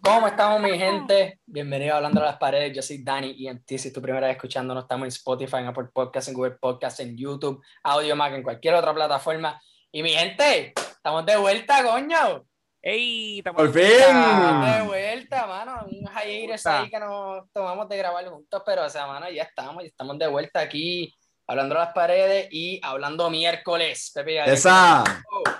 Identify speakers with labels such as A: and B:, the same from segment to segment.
A: ¿Cómo estamos, mi gente? Bienvenido a Hablando a las Paredes. Yo soy Dani y en ti, si es tu primera vez escuchándonos, estamos en Spotify, en Apple Podcasts, en Google Podcasts, en YouTube, Audio Mac, en cualquier otra plataforma. Y mi gente, estamos de vuelta, coño.
B: ¡Ey! estamos
C: ¡Por
B: de
C: fin!
B: vuelta.
A: Estamos de vuelta, mano. Un hiatus ahí que nos tomamos de grabar juntos, pero, o sea, mano, ya estamos, ya estamos de vuelta aquí, hablando a las paredes y hablando miércoles. Pepe, ya-
C: Esa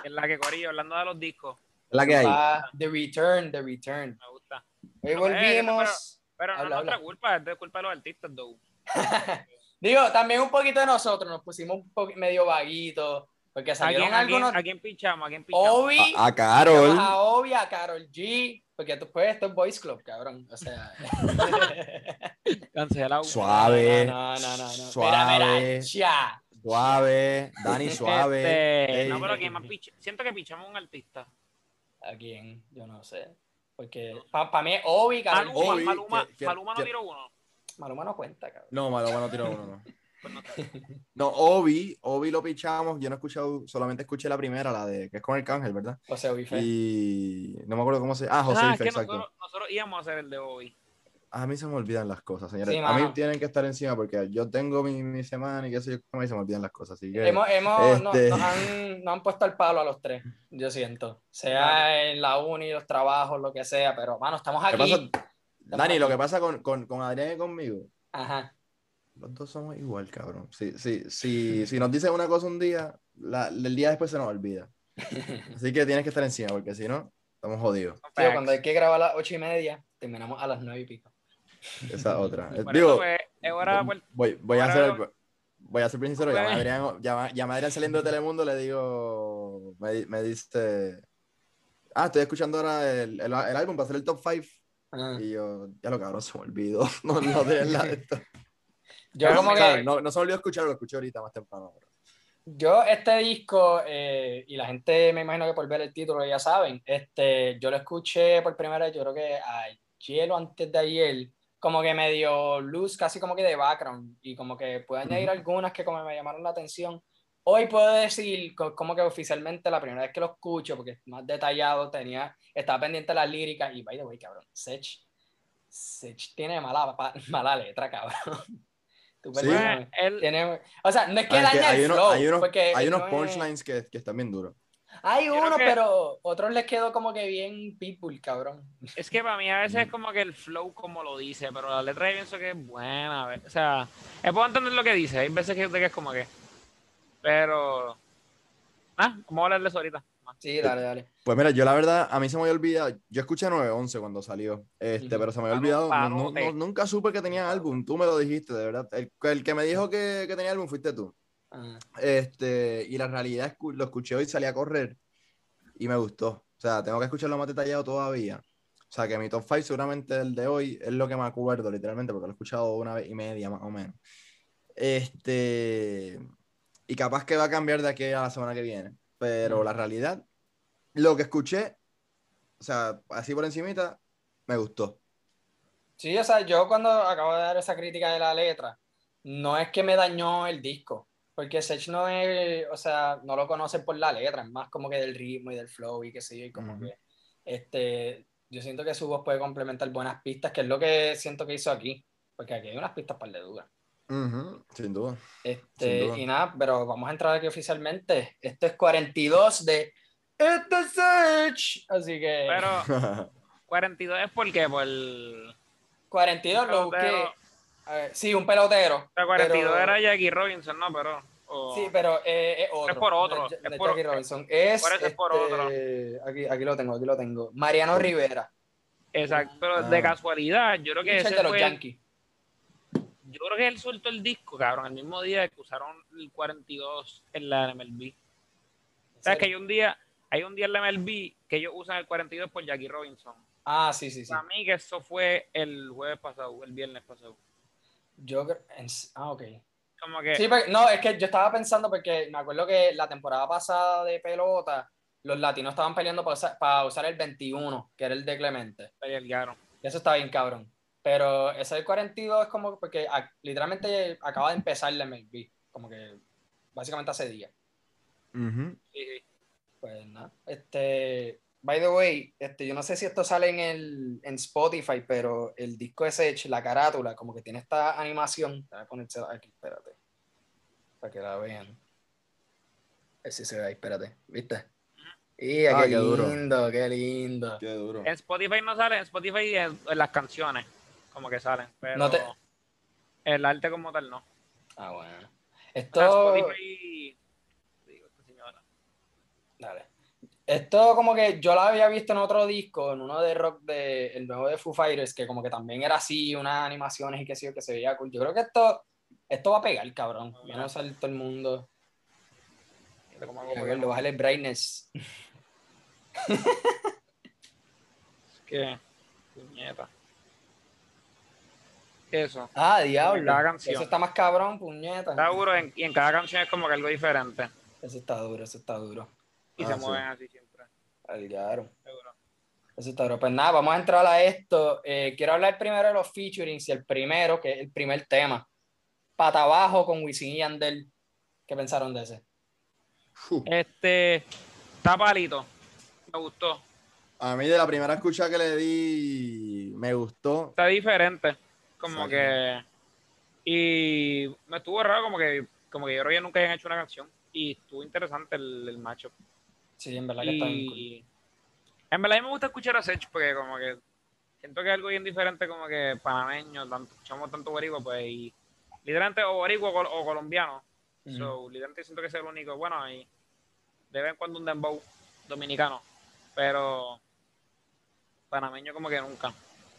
B: En la que corillo, hablando de los discos.
C: es la que hay.
A: Ah, The Return, The Return.
B: Me gusta.
A: Hoy
B: No,
A: volvimos.
B: Pero no
A: Habla,
B: es
A: habla.
B: nuestra culpa, esto es culpa de los artistas, though.
A: Digo, también un poquito de nosotros, nos pusimos un poqu- medio vaguitos, porque
B: ¿A quién,
A: salieron
B: a, quién,
A: algunos.
B: a quién pinchamos? ¿A quién pinchamos?
A: Obi,
C: A,
A: tenemos
C: a Carol.
A: a Obi, a Carol G, porque tú puedes, esto es Boys Club, cabrón. O sea.
B: Cancelado.
C: Suave.
A: No, no, no, no. no. Mira, mira,
C: Suave.
A: ya.
C: Suave. Dani, suave.
B: Este,
C: Ey.
B: No, pero ¿quién más pinch- Siento que pinchamos a un artista.
A: ¿A quién? Yo no sé. Porque para mí es Obi, Carol
B: Maluma,
C: Obi,
A: G.
B: Maluma,
C: que- que-
B: Maluma no
C: que-
B: tiró uno.
A: Maluma no cuenta, cabrón.
C: No, malo, bueno, tiro uno. No.
B: Pues no,
C: no, Obi, Obi lo pichamos. Yo no he escuchado, solamente escuché la primera, la de que es con el cángel, ¿verdad?
A: O sea, Obi fue.
C: Y no me acuerdo cómo se Ah, José
B: ah, es
C: Ife,
B: que
C: exacto.
B: nosotros, nosotros íbamos a hacer el de hoy.
C: A mí se me olvidan las cosas, señores.
A: Sí,
C: a mí
A: mano.
C: tienen que estar encima porque yo tengo mi, mi semana y qué sé yo, cómo, y se me olvidan las cosas. Así que.
A: Hemos, hemos- no-
C: Este.
A: nos, han, nos han puesto el palo a los tres, yo siento. Sea en la uni, los trabajos, lo que sea, pero mano, estamos
C: ¿Qué pasa?
A: aquí.
C: Dani, lo que pasa con, con, con Adrián y conmigo
A: Ajá.
C: Los dos somos igual, cabrón. Si, si, si, si nos dicen una cosa un día, la- el día después se nos olvida. Así que tienes que estar encima, porque si no, estamos jodidos.
A: Tío, cuando hay que grabar a las ocho y media, terminamos a las nueve y pico.
C: Esa es otra. Eh,
B: Por eso,
C: Digo, eh,
B: pues, es hora de vuelta.
C: voy, voy a
B: ahora
C: ser, voy a ser bien sincero.
B: Ok.
C: Llama a Adrián, llama, llama a Adrián saliendo de Telemundo, le digo, me, di- me dice, ah, estoy escuchando ahora el, el, el álbum para hacer el top 5.
A: Ajá.
C: Y yo, ya lo cabrón, se me olvidó. No, no, de verdad, esto.
A: Yo como
C: O sea,
A: que,
C: no, no se me olvidó escucharlo, lo escuché ahorita más temprano.
A: yo este disco, eh, y la gente me imagino que por ver el título ya saben, este, yo lo escuché por primera vez, yo creo que ayer o antes de ayer, como que me dio luz casi como que de background, y como que puedo añadir algunas que como me llamaron la atención. Hoy puedo decir co- como que oficialmente la primera vez que lo escucho, porque es más detallado, tenía, estaba pendiente de las líricas, y by the way, cabrón, Sech, Sech tiene mala, pa- mala letra, cabrón. Tú
C: Sí.
A: perdóname.
B: Pues, él-
A: Tiene- o sea, no es que
C: Ah, es que
A: daña
C: hay,
A: el
C: unos-
A: flow,
C: hay unos,
A: porque
C: hay unos
A: no es-
C: punchlines que, que están bien duros.
A: Hay
B: creo
A: uno,
B: que-
A: pero otros les quedó como que bien people, cabrón.
B: Es que para mí a veces es como que el flow como lo dice, pero la letra yo pienso que es buena. a ver, O sea, eh, puedo entender lo que dice. Hay veces que yo creo que es como que. Pero. Ah, vamos a hablar de eso ahorita.
A: Sí, dale, dale.
C: Pues mira, yo la verdad, a mí se me había olvidado. Yo escuché 911 cuando salió, este,
A: Ujú. eh.
C: pero se me había
B: Palo-
C: olvidado. no- no-
B: palote.
C: no- nunca supe que tenía álbum. Tú me lo dijiste, de verdad. El, el que me dijo que, que tenía álbum fuiste tú.
A: Ah,
C: Este, y la realidad es que lo escuché hoy, salí a correr y me gustó. O sea, tengo que escucharlo más detallado todavía. O sea, que mi top 5 seguramente el de hoy es lo que me acuerdo, literalmente, porque lo he escuchado una vez y media más o menos. Este, y capaz que va a cambiar de aquí a la semana que viene. Pero la realidad, lo que escuché, o sea, así por encimita, me gustó.
A: Sí, o sea, yo cuando acabo de dar esa crítica de la letra, no es que me dañó el disco, porque Sech no es, o sea, no lo conocen por la letra, es más como que del ritmo y del flow y qué sé yo, y como
C: Ujú.
A: que, este, yo siento que su voz puede complementar buenas pistas, que es lo que siento que hizo aquí, porque aquí hay unas pistas par de duras.
C: Ujú, sin duda.
A: Este,
C: Sin duda.
A: y nada, pero vamos a entrar aquí oficialmente. Esto es 42 de Este Search. Así que
B: Pero 42 es porque por. el-
A: 42 lo
B: un
A: busqué.
B: pelotero.
A: A ver, sí, un pelotero.
B: O sea, 42
A: pero-
B: era Jackie Robinson, ¿no? Pero. o-
A: Sí, pero eh, es otro.
B: Es por otro,
A: No
B: es
A: no
B: por-
A: Jackie Robinson. Es,
B: por eso es por
A: este, Aquí, aquí lo tengo, aquí lo tengo. Mariano Rivera.
B: Exacto. Pero de
C: Ah.
B: casualidad, yo creo que
A: Richard
B: ese
A: de los
B: fue el-
A: Yankees.
B: yo creo que él soltó el disco, cabrón, el mismo día que usaron el 42 en la MLB. ¿Sabes que hay un día, hay un día en la MLB que ellos usan el 42 por Jackie Robinson?
A: Ah, sí, sí, sí.
B: Para mí que eso fue el jueves pasado, el viernes pasado.
A: Yo creo- en- Ah, ok.
B: Como que
A: Sí, porque- no, es que yo estaba pensando porque me acuerdo que la temporada pasada de pelota, los latinos estaban peleando para usar, para usar el 21, que era el de Clemente.
B: se delgaron.
A: Y eso está bien cabrón. Pero ese del 42 es como porque a- literalmente acaba de empezar la MLB, como que básicamente hace día.
C: Ujú.
B: Sí, sí.
A: Pues nada, este, by the way, este, yo no sé si esto sale en, el, en Spotify, pero el disco SH, la carátula, como que tiene esta animación. Voy a ponérsela aquí, espérate. Para que la vean. A ver si se ve ahí, espérate. ¿Viste? Y
C: Ah,
A: qué,
C: qué duro.
A: lindo, qué lindo.
C: Qué duro.
B: En Spotify no sale, en Spotify en, en las canciones como que salen, pero
A: No te-
B: el arte como tal no.
A: Ah, bueno.
B: O sea,
A: Esto.
B: Spotify... Digo, esta señora.
A: Dale. Esto como que yo la había visto en otro disco, en uno de rock de el nuevo de Foo Fighters, que como que también era así, unas animaciones y qué sé yo, que se veía cool. Yo creo que esto, esto va a pegar, cabrón. Van a salir todo el mundo.
B: Mira cómo hago,
A: A ver, lo bajarle el brightness.
B: es que... Puñeta. Eso.
A: Ah, diablo.
B: Cada canción.
A: Eso está más cabrón, puñeta.
B: Está duro en- y en cada canción es como que algo diferente.
A: Eso está duro, eso está duro.
B: Y
C: Ah,
B: se
C: sí.
B: mueven así siempre.
A: Al diablo.
B: Seguro.
A: Eso está duro. Pues nada, vamos a entrar a esto. Eh, quiero hablar primero de los featurings y el primero, que es el primer tema. Pata abajo con Wisin y Yandel. ¿Qué pensaron de ese?
C: Uf.
B: Este, está palito. Me gustó.
C: A mí de la primera escucha que le di, me gustó.
B: Está diferente. Como
C: Exacto.
B: que. Y me estuvo raro, como que, como que yo creo que nunca habían hecho una canción. Y estuvo interesante el, el macho.
A: Sí, en verdad que está bien cool.
B: Y en verdad a mí me gusta escuchar a Sech porque como que siento que es algo bien diferente como que panameño, tanto, escuchamos tanto boricua pues y literalmente o boricua o, col- o colombiano.
A: Ujú.
B: So, literalmente siento que es el único, bueno, y de vez en cuando un dembow dominicano, pero panameño como que nunca.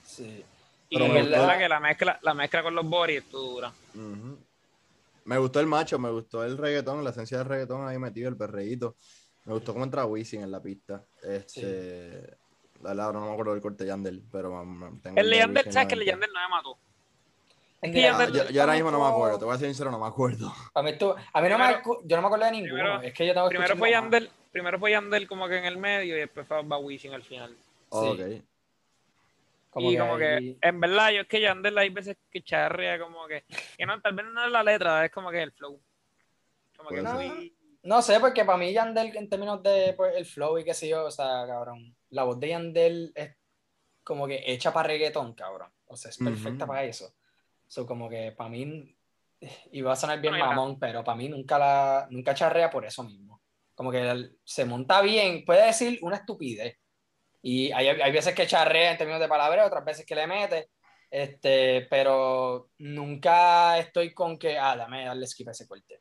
A: Sí.
B: Y
C: Pero
B: en
C: me
B: verdad
A: gustó.
B: que la mezcla, la mezcla con los boris estuvo dura.
C: Ujú. Me gustó el macho, me gustó el reggaetón, la esencia del reggaetón ahí metido, el perreíto. Me gustó cómo entra Wisin en la pista. Este, La verdad, ahora no me acuerdo del corte de Yandel, pero mm, mm, tengo
B: El
C: de
B: Leander,
C: Wisin
B: ¿sabes que el
C: en la mente.
B: Leander no me mató?
A: Es
B: que
A: que
B: ya
C: Ah,
B: Yandel-
C: yo, yo ahora mismo no me acuerdo, te voy a ser sincero, no me acuerdo.
A: A mí, estuvo- a mí no me
B: Primero-
A: acu- yo no me acuerdo de ninguno.
B: primero-
A: es que yo estaba
B: Primero
A: escuchando
B: fue
A: más.
B: Yandel, primero fue Yandel como que en el medio y después fue Wisin al final.
C: Ok.
A: Como
B: y
A: que
B: como
A: ahí-
B: que, en verdad, yo es que Yandel hay veces que charrea, como que, que no, tal vez no es la letra, es como que el flow. Como que
C: Puede
A: ser.
B: muy-
A: No sé, porque para mí Yandel, en términos de pues, el flow y qué sé yo, o sea, cabrón, la voz de Yandel es como que hecha para reggaetón, cabrón. O sea, es perfecta
C: Ujú.
A: para eso. So, como que para mí, y va a sonar bien
B: Bueno, ya.
A: mamón, pero para mí nunca la, nunca charrea por eso mismo. Como que el- se monta bien, puede decir una estupidez. Y hay, hay veces que charrea en términos de palabras, otras veces que le mete, este, pero nunca estoy con que, ah, dame, darle skip a ese corte.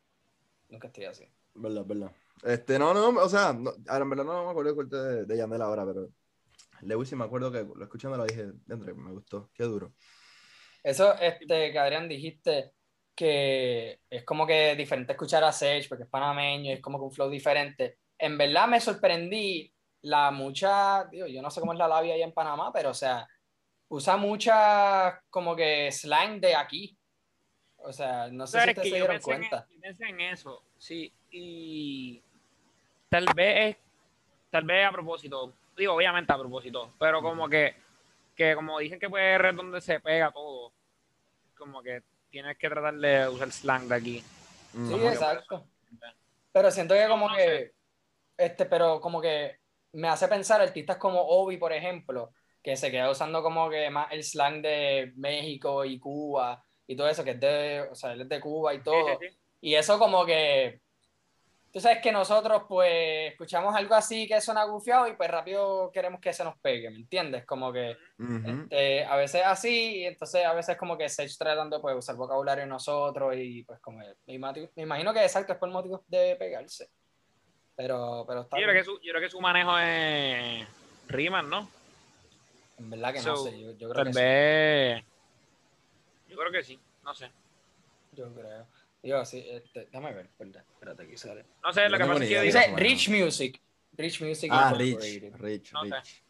A: Nunca estoy así.
C: Verdad, verdad. Este, no, no, o sea, no, ahora en verdad no me acuerdo el corte de, de Yandel ahora, pero Lewis sí me acuerdo que lo escuchando lo dije, dentro, me gustó, qué duro.
A: Eso, este, que Adrián dijiste que es como que diferente escuchar a Sage porque es panameño, y es como que un flow diferente. En verdad me sorprendí la mucha, digo, yo no sé cómo es la labia allá en Panamá, pero o sea, usa mucha como que slang de aquí. O sea, no sé si
B: ¿Sabes
A: ustedes
B: que
A: se
B: yo
A: dieron
B: pensé, en,
A: cuenta.
B: yo pensé en eso, sí, y tal vez, es- tal vez a propósito, digo, obviamente a propósito, pero como que, que como dicen que puede es donde se pega todo, como que tienes que tratar de usar slang de aquí.
C: Mm,
A: Sí,
C: ajá.
A: exacto. Pero siento que como que, este, pero como que me hace pensar artistas como Obi, por ejemplo, que se queda usando como que más el slang de México y Cuba y todo eso, que es de, o sea, él es de Cuba y todo.
B: Sí, sí, sí.
A: Y eso como que, tú sabes que nosotros pues escuchamos algo así que suena gufiado y pues rápido queremos que se nos pegue, ¿me entiendes? Como que...
C: Ujú.
A: Este, a veces así, y entonces a veces como que Sage tratando pues usar vocabulario de nosotros y pues como me imati- me imagino que exacto es por motivos de pegarse. Pero, pero está
B: Yo creo,
A: bien.
B: que su, yo creo que su manejo es rimas, ¿no?
A: en verdad que no
B: So,
A: sé, yo, yo creo
B: Tal
A: que sí,
B: vez. Yo creo que sí, no sé.
A: yo creo. Digo, sí, este, déjame ver, espérate, espérate aquí sale.
B: No sé,
C: Yo
B: lo
C: no
B: que
C: tengo
B: pasa
C: ni
B: es que yo
C: idea.
B: digo.
A: Dice
C: bueno.
A: Rich Music. Rich Music
C: Ah, Rich,
A: Incorporated.
C: Rich,
B: No sé.
C: Rich.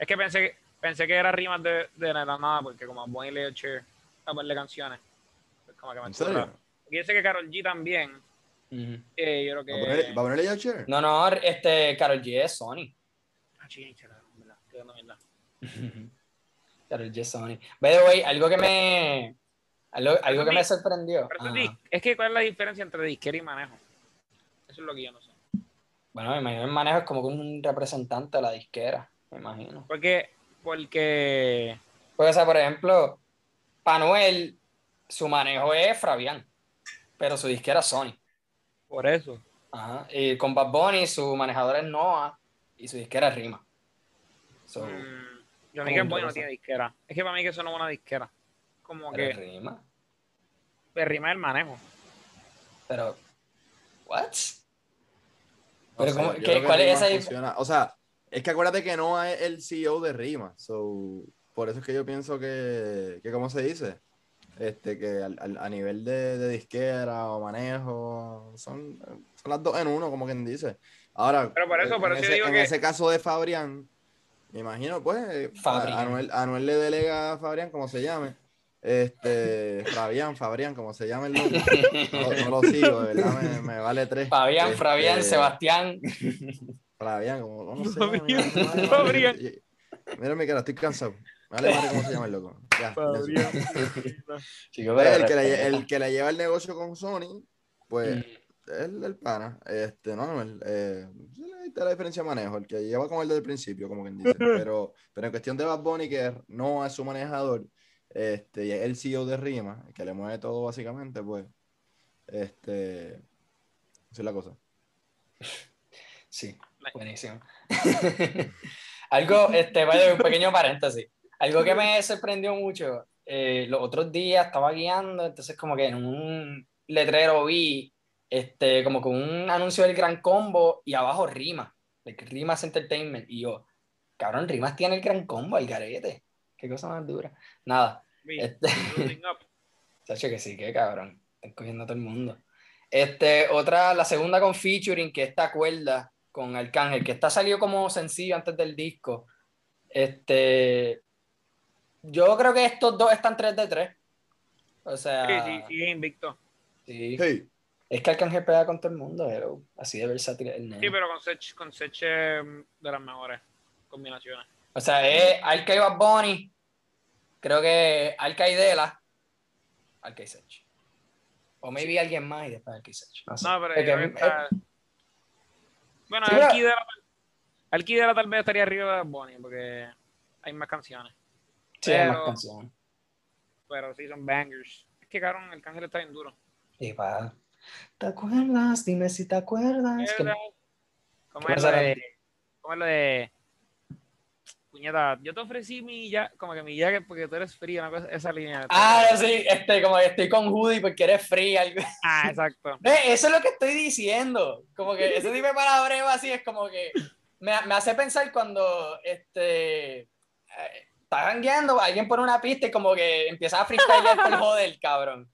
B: Es que pensé que, pensé que era rimas de, de la nada, porque como Bonnie y Leo Cher, a par de canciones. Pues como que me
C: ¿En
B: estuvo
C: serio?
B: raro. Porque yo sé que Carol G también.
A: Ujú.
B: eh, yo creo
C: ¿Va a poner-
B: que.
C: va a ponerle ya Cher?
A: No, no, este Carol G es Sony.
B: Ah, ching, chela, verdad, estoy dando mierda.
A: Carol G es Sony. By the way, algo que me algo, algo que me sorprendió.
B: Pero esto es
A: Ajá.
B: dis- es que cuál es la diferencia entre disquera y manejo. Eso es lo que yo no sé.
A: Bueno, me imagino el manejo es como que un representante de la disquera, me imagino.
B: Porque, porque
A: Porque, o sea, por ejemplo, Panuel, su manejo es Fabián, pero su disquera es Sony.
B: por eso.
A: Ajá. Y con Bad Bunny, su manejador es Noah y su disquera es Rima. So,
B: Mm, yo mí que el boy no
A: Cosa.
B: tiene disquera. Es que para mí que eso no es una disquera. Como
A: pero es
B: que
A: Rima.
B: me rima el manejo.
A: Pero, ¿what?
C: No
A: Pero
C: sé,
A: ¿cómo-
C: yo
A: qué-
C: creo que
A: ¿cuál es
C: Rima
A: esa dif-
C: funciona- O sea, es que acuérdate que no es el CEO de Rima. So, por eso es que yo pienso que, que ¿cómo se dice? Este, que al- al- a nivel de, de disquera o manejo, son, son las dos en uno, como quien dice. Ahora,
B: Pero por eso-
C: en
B: por eso yo
C: ese,
B: digo
C: en
B: que-
C: ese caso de Fabrián, me imagino, pues,
A: Fabrián.
C: a- Anuel, Anuel le delega a Fabrián, como se llame. Este, Fabián, Fabrián, como se llame el nombre. No, no lo sigo, de verdad, me, me vale tres.
A: Fabián, Fabián,
C: Este,
A: Sebastián.
C: Fabián, como no, no sé.
B: Fabián,
C: mira, mira, mira,
B: Fabián.
C: mira, Mira mi cara, estoy cansado. Vale, vale, ¿cómo se llama el loco? Ya, ya.
A: Chico,
C: Pues,
A: pero
C: el, que le,
A: respeta.
C: el que le lleva el negocio con Sony, pues
A: Mm.
C: es el, el pana. Este, no, el, eh, ahí está la diferencia de manejo. El que lleva con el del principio, como quien dice. Pero, pero en cuestión de Bad Bunny, que no es su manejador, este, y es el CEO de Rima, el que le mueve todo básicamente, pues. Este. Esa es la cosa.
A: Sí, buenísimo. Algo, este, vaya, un pequeño paréntesis. Algo que me sorprendió mucho, eh, los otros días estaba guiando, entonces como que en un letrero vi, este, como con un anuncio del Gran Combo y abajo Rima, de Rimas Entertainment, y yo, cabrón, Rimas tiene el Gran Combo, el garete, qué cosa más dura. Nada, este, Chacho, que sí, que cabrón. Están cogiendo a todo el mundo. Este, otra, la segunda con featuring, que esta cuerda con Arcángel, que está salió como sencillo antes del disco. Este, yo creo que estos dos están 3 de 3. O sea,
B: Sí, sí, sigue invicto.
A: sí.
C: Hey,
A: es que Arcángel pega con todo el mundo, hello. así de versátil es el nene.
B: Sí, pero con Sech, con Sech eh, de las mejores combinaciones.
A: O sea, es Arca y Bad Bunny, creo que Arca y Dela, Arca y Sech. O maybe alguien más y después Arca y Sech. sé.
B: No, pero
A: Es
B: yo
A: que-
B: creo que está- Bueno,
A: Sí, pero-
B: Alquidera, Alquidera tal vez estaría arriba de Bonnie porque hay más canciones.
A: Sí, hay más
B: Pero-
A: canciones.
B: Pero sí son bangers. Es que cabrón, el cángel está bien duro.
A: Y va. ¿Te acuerdas? Dime si te acuerdas. Que-
B: ¿Cómo
A: ¿Qué
B: es lo
A: pasa,
B: de.
A: Randy?
B: ¿Cómo es lo de. Puñeta, yo te ofrecí mi jacket, como que mi jacket porque tú eres frío, una cosa, esa línea.
A: Ah, sí, este, como que estoy con Judy porque eres fría. algo-
B: Ah, exacto.
A: Ve, Eso es lo que estoy diciendo. Como que ese tipo de palabreo así es como que me, me hace pensar cuando este eh, está jangueando, alguien pone una pista y como que empieza a freestylear por joder, cabrón.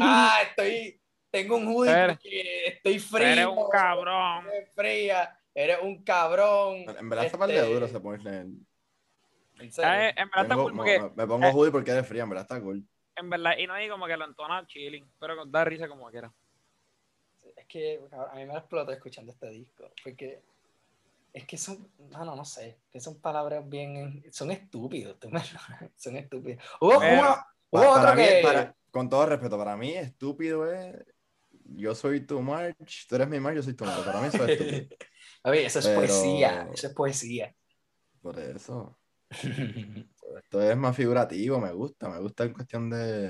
A: Ah, estoy, tengo un hoodie
B: Eres-
A: porque estoy frío.
B: Eres un cabrón.
A: eres fría, eres un cabrón.
C: en verdad está
A: Este,
C: par de duro se pone.
A: en serio.
C: Ah, eh.
B: ¿Sabes? En verdad está
C: Tengo-
B: cool
C: me,
B: porque.
C: me- me
A: eh,
C: pongo hoodie porque es de fría, en verdad está cool.
B: En verdad, y no hay como que lo entona chilling, pero con- da risa como quiera.
A: Es que cabrón, a mí me explota escuchando este disco, porque es que son, mano, no sé, que son palabras bien, son estúpidos, tú me- son estúpidos. Hubo,
B: Pero-
A: uno- hubo
C: Pa-
A: otro
C: para mí,
A: que,
C: para- con todo respeto, para mí estúpido es. Yo soy tu March, tú eres mi March, yo soy tu March. Para mí eso es estúpido.
A: Oye, eso es
C: pero-
A: poesía, eso es poesía.
C: Por eso. Esto es más figurativo, me gusta, me gusta en cuestión de,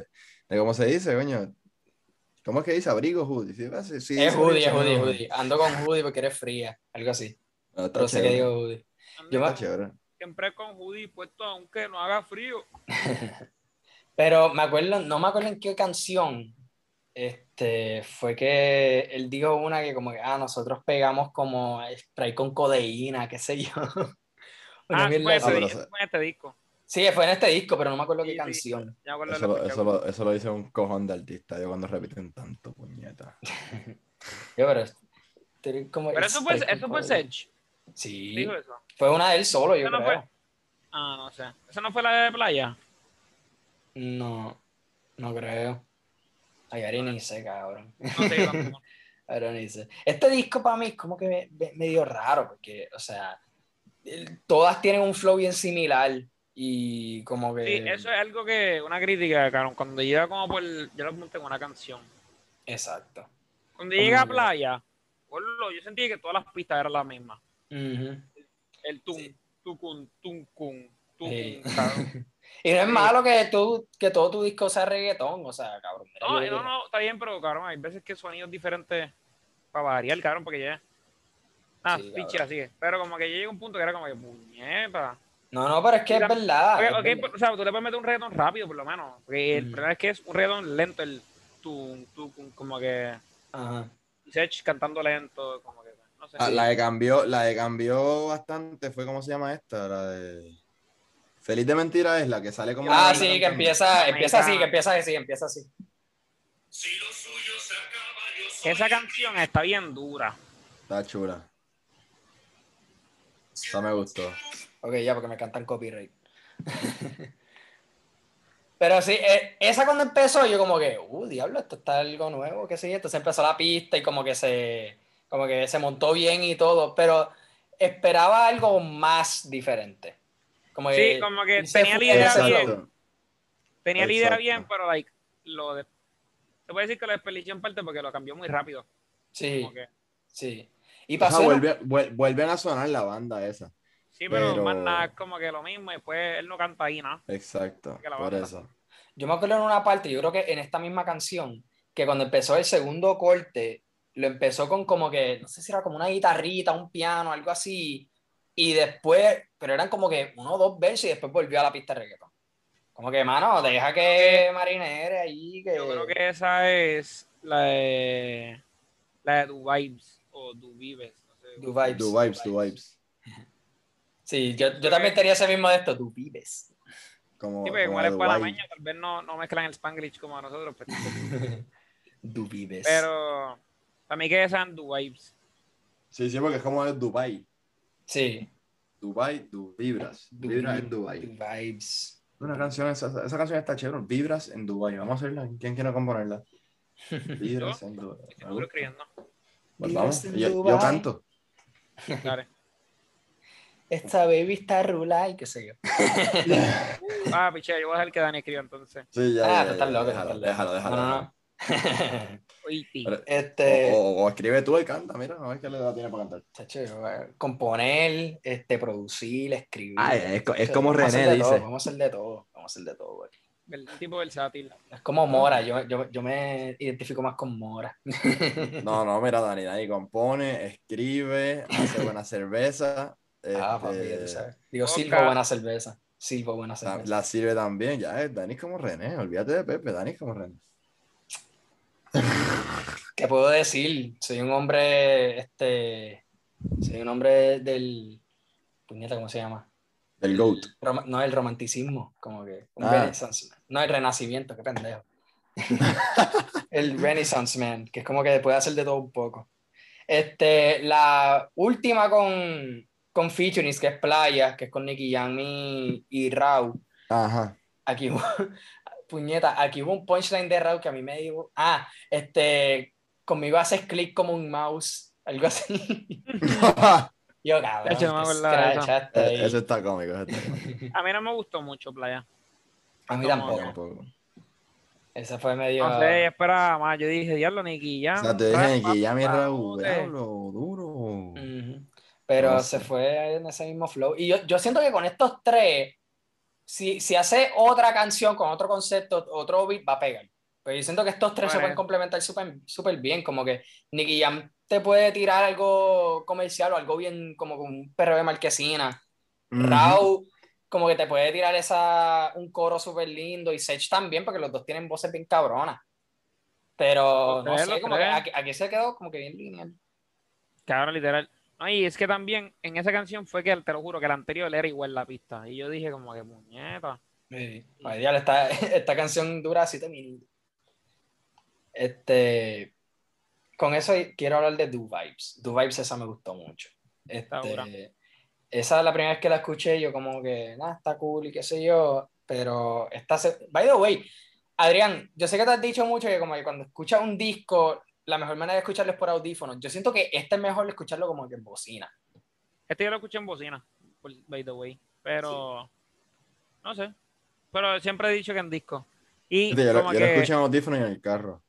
C: de cómo se dice, coño. ¿Cómo es que dice abrigo, hoodie? Sí, va, sí, sí,
A: es
C: dice
A: Judy, es
C: abrigo,
A: Judy,
C: no,
A: Judy. Ando con Judy porque eres fría, algo así.
C: no, está
A: Pero sé que
C: chévere,
A: digo Judy. Yo
C: está
A: me-
C: chévere.
B: Siempre con hoodie puesto aunque no haga frío.
A: Pero me acuerdo, no me acuerdo en qué canción este, fue que él dijo una que como que, ah, nosotros pegamos como spray con codeína, qué sé yo. Una
B: Ah, sí,
A: mierda así.
B: fue, ese
C: pero
B: di-
C: se-
B: fue este disco.
A: sí, fue en este disco, pero no me acuerdo qué
B: Sí, sí.
A: canción.
B: Ya me acuerdo
C: Eso,
B: lo
C: lo,
B: escuché.
C: eso, lo, eso lo dice un cojón de artista, yo cuando repiten tanto, puñeta.
A: Yo, pero, pero como
B: Pero eso fue,
A: spray con
B: eso fue
A: codeína.
B: Sech.
A: Sí,
B: Dijo eso.
A: fue una de él solo, yo
B: Eso no
A: creo.
B: fue. Ah, no sé. ¿Esa no fue la de playa?
A: No, no creo. Ay, ahora ni sé, cabrón.
B: No sé, yo tampoco.
A: Ahora ni sé. Este disco para mí es como que me- me- medio raro, porque, o sea, el- todas tienen un flow bien similar y como que...
B: Sí, eso es algo que, una crítica, cabrón, cuando llega como por, yo lo apunté en una canción.
A: Exacto.
B: Cuando llega a
A: Como-
B: playa, Gordo, yo sentí que todas las pistas eran las mismas.
A: Ujú.
B: El tum,
C: Sí. Eh.
B: tucun, tucun, tucun.
A: Sí.
B: cabrón.
A: Y no es malo que, tú, que todo tu disco sea reggaetón, o sea, cabrón.
B: No,
A: Yo-
B: no, no, está bien, pero cabrón, hay veces que sonidos diferentes para variar, cabrón, porque ya. Ah,
A: Sí,
B: piche,
A: cabrón.
B: así es. Pero como que ya llega un punto que era como que puñeta.
A: No, no, pero es que es verdad.
B: Ok,
A: Ah, es
B: ok,
A: verdad.
B: pero, o sea, tú le puedes meter un reggaetón rápido, por lo menos. Porque el
A: Ujú.
B: problema es que es un reggaetón lento, el tum, tucun, como que.
A: Ajá.
B: Sech cantando lento, como que. No sé.
C: Ah, la que cambió, la que cambió bastante fue cómo se llama esta, la de Feliz de mentira es la que sale como
A: Ah,
C: una-
A: sí, que empieza,
B: Ahí
A: empieza así,
B: está.
A: que empieza así, empieza así.
B: Esa canción está bien dura.
C: Está chula. Esa me gustó.
A: Ok, ya, porque me cantan copyright. Pero sí, eh, esa cuando empezó, yo como que, uh, diablo, esto está algo nuevo, qué sé yo. Entonces empezó la pista y como que se, como que se montó bien y todo, pero esperaba algo más diferente. Como que,
B: Sí, como que
A: se
B: tenía la
A: fue
B: idea
A: ese
B: bien.
A: flow.
B: Tenía la idea
C: Exacto.
B: bien, pero like, lo de. Te voy a decir que lo desperdicié en parte porque lo cambió muy rápido.
A: Sí,
B: Como que-
A: sí. Y
C: O sea,
A: pasó.
C: vuelve- vuel- vuelven a sonar la banda esa.
B: sí, pero,
C: Pero-
B: más nada, es como que lo mismo. Y después él no canta ahí, ¿no?
C: Exacto.
B: Que la
C: Por
B: banda.
C: eso.
A: Yo me acuerdo en una parte, yo creo que en esta misma canción, que cuando empezó el segundo corte, lo empezó con como que, no sé si era como una guitarrita, un piano, algo así, y después, pero eran como que uno o dos versos y después volvió a la pista de reggaetón. Como que, mano, deja que marinere ahí, que...
B: Yo creo que esa es la de. La de Du Vibes o Du Vives. No sé.
A: Du vibes.
C: Do vibes, do vibes.
A: Sí, yo, yo también tenía ese mismo de esto, tú vives.
C: Como,
B: Sí, porque
C: como
B: como
C: la
B: él es
C: do
B: panameño, tal vez no, no mezclan el spanglish como a nosotros. Pero,
A: Tú vives.
B: pero para mí que esa es Du Vibes.
C: Sí, sí, porque es como de Dubai.
A: Sí.
C: Dubai, du vibras.
A: Du-
C: Vibras en Dubai.
A: Du vibes.
C: Una canción, esa, esa canción está chévere. Vibras en Dubai. Vamos a hacerla. ¿Quién quiere componerla? Vibras en Dubai.
B: Es que no lo escribiendo.
C: Pues vamos.
A: Vibras en
C: Yo, yo
A: Dubai.
C: canto.
B: Dale.
A: Esta baby está rula y qué sé yo.
B: Ah, piche, yo voy a dejar que Dani escriba entonces.
C: Sí, ya.
A: Ah,
C: ya,
A: tú
C: ya,
A: estás
C: ya,
A: loco, tú
C: pues Déjalo,
A: estás
C: déjalo, déjalo.
A: No, no, no.
B: Uy, sí.
C: Pero-
A: Este,
C: O, o- o escribe tú y canta, mira, a ver qué le da tiene para cantar.
A: chacho, eh, componer, este, producir, escribir.
C: Ah, es, co- es
A: Chacho,
C: como
A: vamos a hacer
C: René
A: de todo,
C: dice.
A: vamos a hacer de todo, vamos a hacer de todo. güey.
B: El tipo versátil.
A: Es
C: Ah.
A: como Mora, yo, yo, yo me identifico más con Mora.
C: No, no, mira, Dani, Dani compone, escribe, hace buena cerveza.
A: Ah,
C: este,
A: papi, ya tú sabes. Digo,
B: Oscar.
A: sirvo buena cerveza. Sirvo buena
C: la,
A: cerveza.
C: la sirve también, ya, eh, Dani es como René, olvídate de Pepe, Dani es como René.
A: ¿Qué puedo decir? Soy un hombre, este, soy un hombre del, puñeta, ¿cómo se llama?
C: El GOAT.
A: Roma- no, el romanticismo, como que. un
C: Ah.
A: renaissance- no, el renacimiento, qué pendejo. el Renaissance Man, que es como que puede hacer de todo un poco. Este, la última con, con featuring, que es Playa, que es con Nicky Jam y, y Rau.
C: Ajá.
A: Aquí hubo, puñeta, aquí hubo un punchline de Rau que a mí me dijo, ah, este, conmigo haces clic como un mouse, algo así. Yo, cabrón,
B: Yo me
A: te
B: acordaba de eso.
A: escrachaste ahí.
C: Eh, eso está cómico, eso está cómico.
B: A mí no me gustó mucho, playa.
A: a mí
B: no,
A: tampoco.
C: Tampoco.
A: Esa fue medio...
B: No sé, yo esperaba más. Yo dije, diablo, Nicky
C: O
B: Jam.
C: sea, te dicen
B: rap,
C: que ya mi
B: rap,
C: Raúl,
B: rap,
C: diablo, duro.
A: Ujú. Pero
C: No sé.
A: se fue en ese mismo flow. Y yo, yo siento que con estos tres, si, si hace otra canción con otro concepto, otro beat, va a pegar. Pero yo siento que estos tres se
B: Bueno.
A: pueden complementar súper súper bien. Como que Nicky Jam te puede tirar algo comercial o algo bien como con un perro de marquesina.
C: Mm.
A: Rau, como que te puede tirar esa, un coro súper lindo. Y Sech también, porque los dos tienen voces bien cabronas. Pero no
B: Lo
A: sé,
B: creo, lo
A: como que
B: creo.
A: aquí, aquí se quedó como que bien lineal.
B: Cabrón, literal. No, y es que también en esa canción fue que, te lo juro, que la anterior era igual la pista. Y yo dije, como que puñeta.
A: Sí. Ay, diablo, esta, esta canción dura 7 minutos. Este, con eso quiero hablar de Do Vibes. Do Vibes esa me gustó mucho.
B: Está dura.
A: Este, esa es la primera vez que la escuché, yo como que, nada, está cool y qué sé yo, pero esta... se- By the way, Adrián, yo sé que te has dicho mucho que como que cuando escuchas un disco, la mejor manera de escucharlo es por audífonos. Yo siento que este es mejor escucharlo como que en bocina.
B: Este yo lo escuché en bocina, por- by the way. Pero, no sé. Pero siempre he dicho que en disco. Y
C: Yo, lo,
B: como
C: yo lo
B: que, Mm.
C: escucho en audífono y en el carro.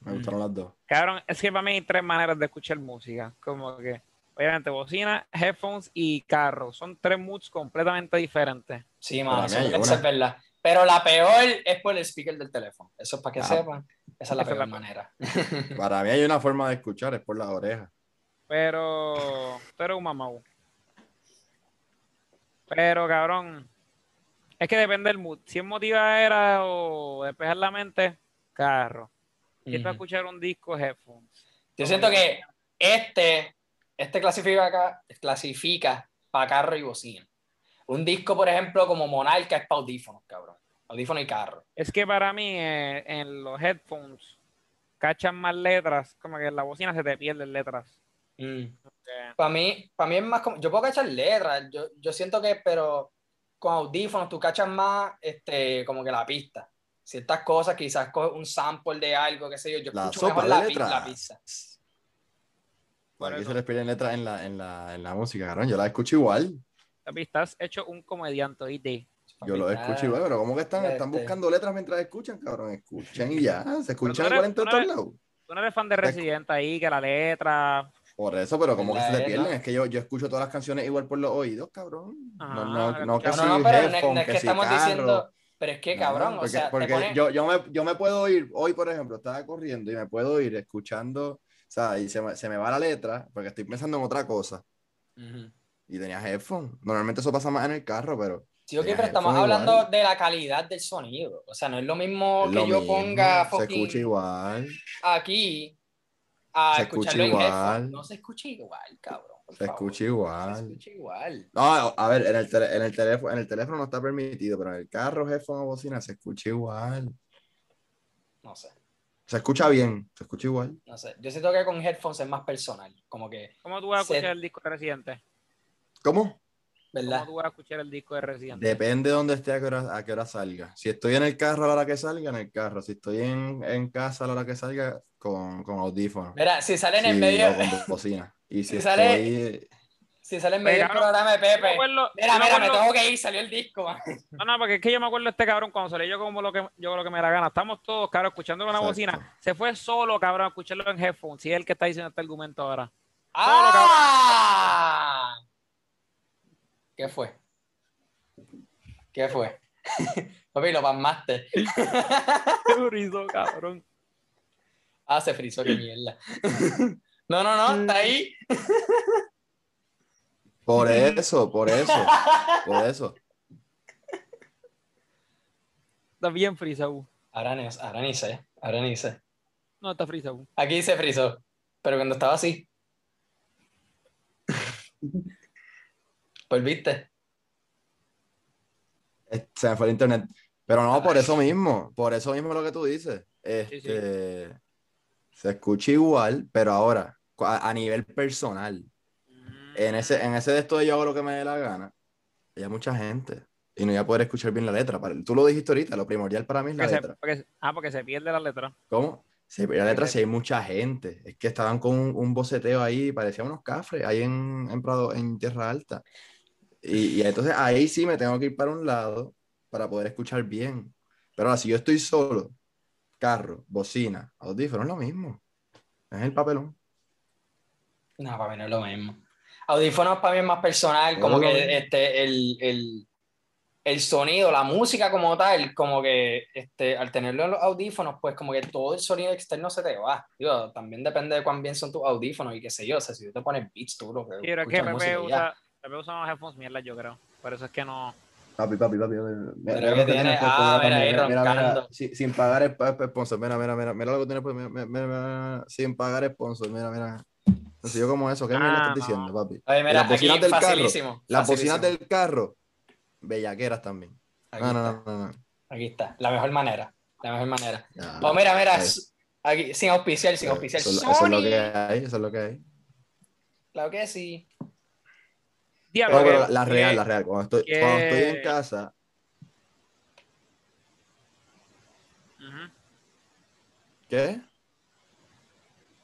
C: Me gustaron las dos.
B: Cabrón, es que para mí hay tres maneras de escuchar música. Como que, obviamente, bocina, headphones y carro. Son tres moods completamente diferentes.
A: Sí,
C: la
A: mano, eso,
C: mía llegó
A: eso
C: una-
A: es verdad. Pero la peor es por el speaker del teléfono. Eso es para que
C: Ah.
A: sepan. Esa es la
B: Esa es
A: peor
B: la-
A: manera.
C: Para mí hay una forma de escuchar, es por las orejas.
B: Pero tú eres un mamau. Pero, cabrón, es que depende del mood. Si es motivadera o despejar la mente, carro. Si es para
A: Ujú.
B: escuchar un disco, headphones.
A: Yo siento que este, este clasifica acá, clasifica para carro y bocina. Un disco, por ejemplo, como Monarca es para audífonos, cabrón. Audífono y carro.
B: Es que para mí, eh, en los headphones, cachan más letras. Como que en la bocina se te pierden letras.
C: Mm.
B: Eh,
A: Para mí, para mí es más como, yo puedo cachar letras, yo, yo siento que, pero con audífonos tú cachas más este, como que la pista. Ciertas cosas, quizás coges un sample de algo, qué sé yo, yo
C: La
A: escucho mejor
C: sopa de
A: la, pi-
C: letras.
A: la pista.
C: Por aquí
B: eso.
C: se respiran letras en la, en, la, en la música, cabrón. Yo las escucho igual.
B: papi, estás hecho un comediante, ¿oíste?
C: Yo lo escucho igual, pero ¿cómo que están? Están
A: Este.
C: buscando letras mientras escuchan, cabrón. Escuchen y ya. Se escuchan
B: eres-
C: igual en
B: tú
C: todos
B: eres-
C: lados.
B: Tú no eres fan de
C: Te-
B: Residente ahí, que la letra.
C: Por eso, pero como que se
A: ¿Verdad,
C: le
A: eh, no?
C: pierden. Es que yo, yo escucho todas las canciones igual por los oídos, cabrón. No,
B: Ah,
C: no, no, que
A: No,
C: si
A: no, no, pero no es-
C: headphone,
A: no es que
C: que si
A: estamos
C: carro.
A: diciendo, pero es que
C: No,
A: cabrón,
C: porque,
A: o sea, te
C: porque
A: pones-
C: yo, yo, me, yo me puedo ir, hoy por ejemplo, estaba corriendo y me puedo ir escuchando, o sea, y se me, se me va la letra porque estoy pensando en otra cosa
A: Ujú.
C: y tenía headphone. Normalmente eso pasa más en el carro, pero
A: Sí, ok,
C: Tenía
A: pero estamos
C: headphone
A: hablando
C: igual.
A: de la calidad del sonido. O sea, no es lo mismo
C: es
A: que
C: lo
A: yo
C: mismo,
A: ponga
C: se escucha
A: fucking
C: igual,
A: aquí a
C: Se escucha
A: escucharlo en
C: igual.
A: headphone. No se escucha igual, cabrón. por
C: se
A: favor.
C: escucha
A: No se
C: igual.
A: escucha igual.
C: No, a ver, en el, tele- en el teléfono, en el teléfono no está permitido, pero en el carro, headphone o bocina se escucha igual.
A: No sé,
C: Se escucha bien, se escucha igual.
A: no sé. Yo siento que con headphones es más personal. Como que,
B: ¿Cómo tú vas a
A: Se-
B: escuchar el disco de Residente?
C: ¿Cómo?
A: ¿verdad?
B: ¿Cómo tú vas a escuchar el disco de Residente?
C: Depende de dónde esté, a qué, hora, a qué hora salga. Si estoy en el carro a la hora que salga, en el carro. Si estoy en, en casa a la hora que salga, con, con audífono.
A: Mira, si sale en el
C: Sí,
A: medio,
C: o con bocina. Y si
A: Si sale-
C: estoy-
A: si sale en medio del
B: Mira,
A: programa de
B: Yo me
A: Pepe.
B: acuerdo-
A: Mira, mira,
B: yo me
A: me
B: acuerdo-
A: tengo que ir, salió el disco. man.
B: No, no, porque es que yo me acuerdo de este cabrón cuando salió yo como lo que yo lo que me da gana. Estamos todos, cabrón, escuchando con una
C: Exacto.
B: bocina. Se fue solo, cabrón, a escucharlo en headphones. Si es el que está diciendo este argumento ahora. Solo, cabrón.
A: ¡Ah! ¿Qué fue? ¿Qué fue? Papi, lo pasmaste.
B: Qué burrito, cabrón.
A: Ah, se frizó, qué mierda. No, no, no, está ahí.
C: Por eso, por eso, por eso.
B: Está bien frisado.
A: Ahora ni, ahora ni sé, ahora ni sé.
B: No, está frisado.
A: Aquí se frizó, pero cuando estaba así. Volviste.
C: Eh, Se me fue el internet. Pero no, por eso mismo. Por eso mismo lo que tú dices.
B: sí.
C: Este, Se escucha igual, pero ahora, cu- a, a nivel personal. En ese, en ese de esto de yo hago lo que me dé la gana. Hay mucha gente. Y no voy a poder escuchar bien la letra. Para- Tú lo dijiste ahorita, lo primordial para mí es la
B: Porque se-
C: letra.
B: porque se- ah, porque se pierde la letra.
C: ¿Cómo? Sí, pero la letra sí hay mucha gente. Es que estaban con un, un boceteo ahí, parecían unos cafres, ahí en, en Prado, en Tierra Alta. Y, y entonces ahí sí me tengo que ir para un lado para poder escuchar bien. Pero ahora, si yo estoy solo, carro, bocina, audífono, es lo mismo. Es el papelón.
A: No, para mí no es lo mismo. Audífonos para mí es más personal,
C: No
A: como
C: es lo
A: que
C: mismo.
A: este, el, el, el sonido, la música como tal, como que este, al tenerlo en los audífonos, pues como que todo el sonido externo se te va. Digo, también depende de cuán bien son tus audífonos y qué sé yo. O sea, si tú te pones beats, tú lo que
B: Sí, pero es que
A: escuchas música y
B: Pepe
A: ya.
B: usa, Pepe usa unos headphones mierda, yo creo. Por eso es que no.
C: Papi, papi, papi. mira, mira,
A: Pero
C: mira
A: que
C: lo que
A: tiene-
C: tienes por
A: ah,
C: poner,
A: mira
C: mira,
A: ahí
C: mira, mira,
A: roncando.
C: sin, sin pagar el, pa- pa- sponsor. Mira, mira, mira, mira lo que tienes por- mira, mira, mira, mira, sin pagar sponsor. Mira, mira. Entonces yo como eso, ¿qué
B: Ah,
C: mierda estás
B: no.
C: diciendo, papi?
A: Oye, mira,
C: las bocinas
A: aquí
C: del carro,
A: facilísimo.
C: Las bocinas
A: facilísimo.
C: del carro, bellaqueras también.
A: Aquí,
C: No, no,
A: está,
C: no, no, no.
A: aquí está, la mejor manera. La mejor manera.
C: Ya.
A: Oh, mira, mira,
C: ahí.
A: s- aquí, sin auspiciar, sin
C: Ah, Eh,
A: auspiciar.
C: eso,
A: Sony.
C: eso es lo que hay, eso es lo que hay.
A: Claro que sí.
B: Diablo,
C: No, pero
B: que-
C: la, la
B: que-
C: real, la real. Cuando estoy,
B: que-
C: cuando estoy en casa,
B: Ujú.
C: ¿qué?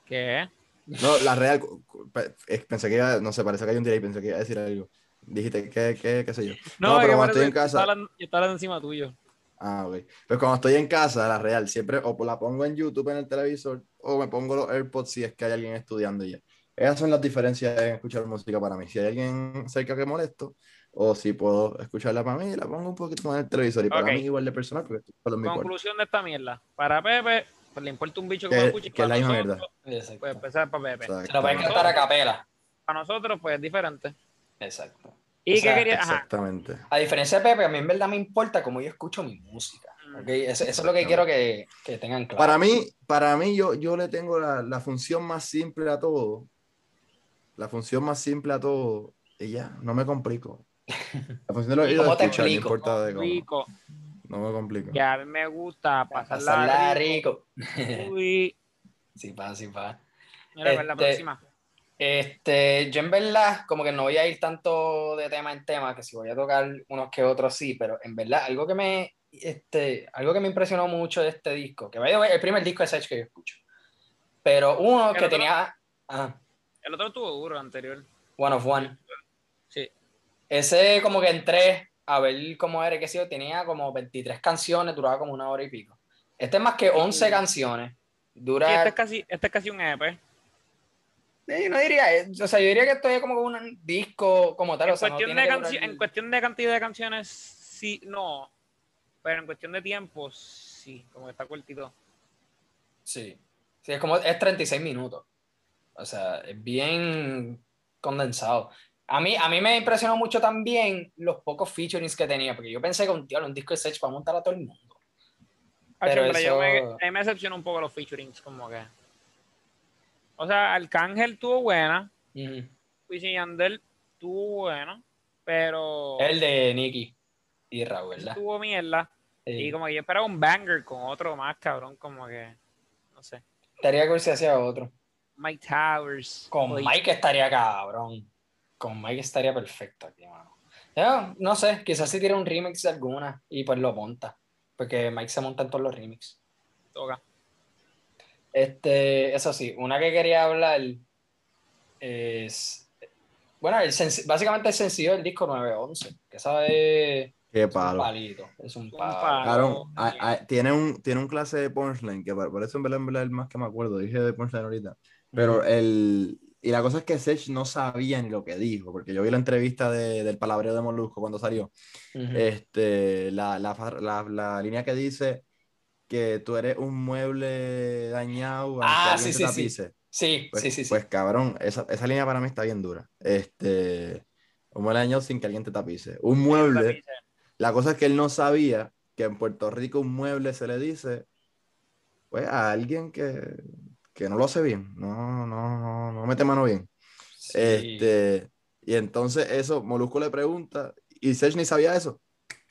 B: ¿Qué?
C: No, la real, cu- cu- pe- eh, pensé que iba, no sé, parece que hay un delay, pensé que iba a decir algo. Dijiste, ¿qué, qué, qué sé yo? No,
B: es que
C: pero cuando
B: parece-
C: estoy en
B: yo estaba
C: casa,
B: hablando- Yo estaba hablando encima tuyo.
C: Ah, ok. Pues cuando estoy en casa, la real, siempre o la pongo en YouTube en el televisor o me pongo los AirPods si es que hay alguien estudiando ya. Esas son las diferencias en escuchar música para mí. Si hay alguien cerca que molesto, o si puedo escucharla para mí, la pongo un poquito más en el televisor. Y para
B: Ok.
C: mí igual de personal, porque estoy solo en mi cuarto.
B: Conclusión de esta mierda. Para Pepe, pues le importa un bicho que
C: Que-
B: lo escuche. y
C: que es la
B: para
C: misma
B: nosotros,
C: mierda.
A: Exacto.
B: Pues empezar para Pepe.
C: Exacto.
A: Se lo pueden cantar a capela.
B: Para nosotros, pues es diferente.
A: Exacto.
B: ¿Y
A: O sea,
B: qué quería? Ajá.
C: Exactamente.
A: A diferencia de Pepe, a mí en verdad me importa cómo yo escucho mi música. ¿ok? Eso, eso es lo que quiero que, que tengan claro.
C: Para mí, para mí yo, yo le tengo la, la función más simple a todo. La función más simple a todo. Y ya, no me complico. La función de los oídos
A: ¿Cómo
C: es
A: te
C: escuchar, no
A: explico?
C: importa de cómo.
B: Mm, Rico.
C: No me complico.
B: Que a mí me gusta pasarla.
A: Pasarla rico.
B: rico. Uy.
A: Sí, pa, sí, pa.
B: Mira, pues, la
A: Este,
B: próxima.
A: Este, yo en verdad, como que no voy a ir tanto de tema en tema, que si voy a tocar unos que otros sí, pero en verdad, algo que me, este, algo que me impresionó mucho de este disco, que by the way, el primer disco de Sech que yo escucho, pero uno
B: Pero
A: que
B: tú-
A: tenía, ajá,
B: El otro estuvo duro, anterior.
A: One of One,
B: Sí.
A: ese como que entré a ver cómo era, que sido, tenía como 23 canciones, duraba como una hora y pico. Este es más que 11 canciones,
B: Sí,
A: dura
B: este, es casi, este es casi un EP.
A: Sí, no diría, eh, o sea, yo diría que esto es como un disco como tal, o
B: en,
A: sea, no
B: cuestión
A: tiene
B: de
A: que durar-
B: canci- en cuestión de cantidad de canciones, sí, no. Pero en cuestión de tiempo, sí. Como que está cortito.
A: Sí. Sí, es como, es 36 minutos. O sea, es bien condensado. A mí, a mí me impresionó mucho también los pocos featurings que tenía, porque yo pensé que un tío, un disco de Sech para montar a todo el mundo.
B: Ah,
A: Pero
B: siempre yo me-
A: eso-
B: a mí me decepcionó un poco los featurings, como que. O sea, Arcángel tuvo buena, Wisin y Yandel tuvo buena, pero
A: El de Nicky y Raúl, ¿verdad?
B: tuvo mierda.
A: Sí.
B: Y como que yo esperaba un banger con otro más, cabrón, como que. No sé.
A: Estaría cool si hacía otro.
B: Mike Towers.
A: Con
B: Blake.
A: Mike estaría cabrón. Con Mike estaría perfecto aquí, mano. Yo, no sé, quizás si tira un remix de alguna y pues lo monta. Porque Mike se monta en todos los remix.
B: Toca.
A: Este, eso sí, una que quería hablar es. Bueno, el senc- básicamente el sencillo del disco 911, que sabe
C: Qué
A: es un
C: palo.
A: palito, es un
B: Un
A: palo.
B: palo.
C: Claro, a- a- tiene, un, tiene un clase de punchline, que por, por eso en verdad, en verdad es el más que me acuerdo, dije de punchline ahorita. Pero el... Y la cosa es que Sech no sabía ni lo que dijo, porque yo vi la entrevista de- del palabreo de Molusco cuando salió.
A: Ujú.
C: Este, la, la, fa- la, la línea que dice que tú eres un mueble dañado aunque
A: Ah,
C: alguien
A: sí,
C: te
A: sí, sí.
C: tapice.
A: sí,
C: Pues,
A: sí, sí, sí.
C: pues, cabrón, esa, esa línea para mí está bien dura. Este, un mueble dañado sin que alguien te tapice. Un mueble... La cosa es que él no sabía que en Puerto Rico un mueble se le dice, pues, a alguien que, que no lo hace bien. No, no, no, no mete mano bien.
A: Sí.
C: Este, y entonces eso, Molusco le pregunta, y Sech ni sabía eso.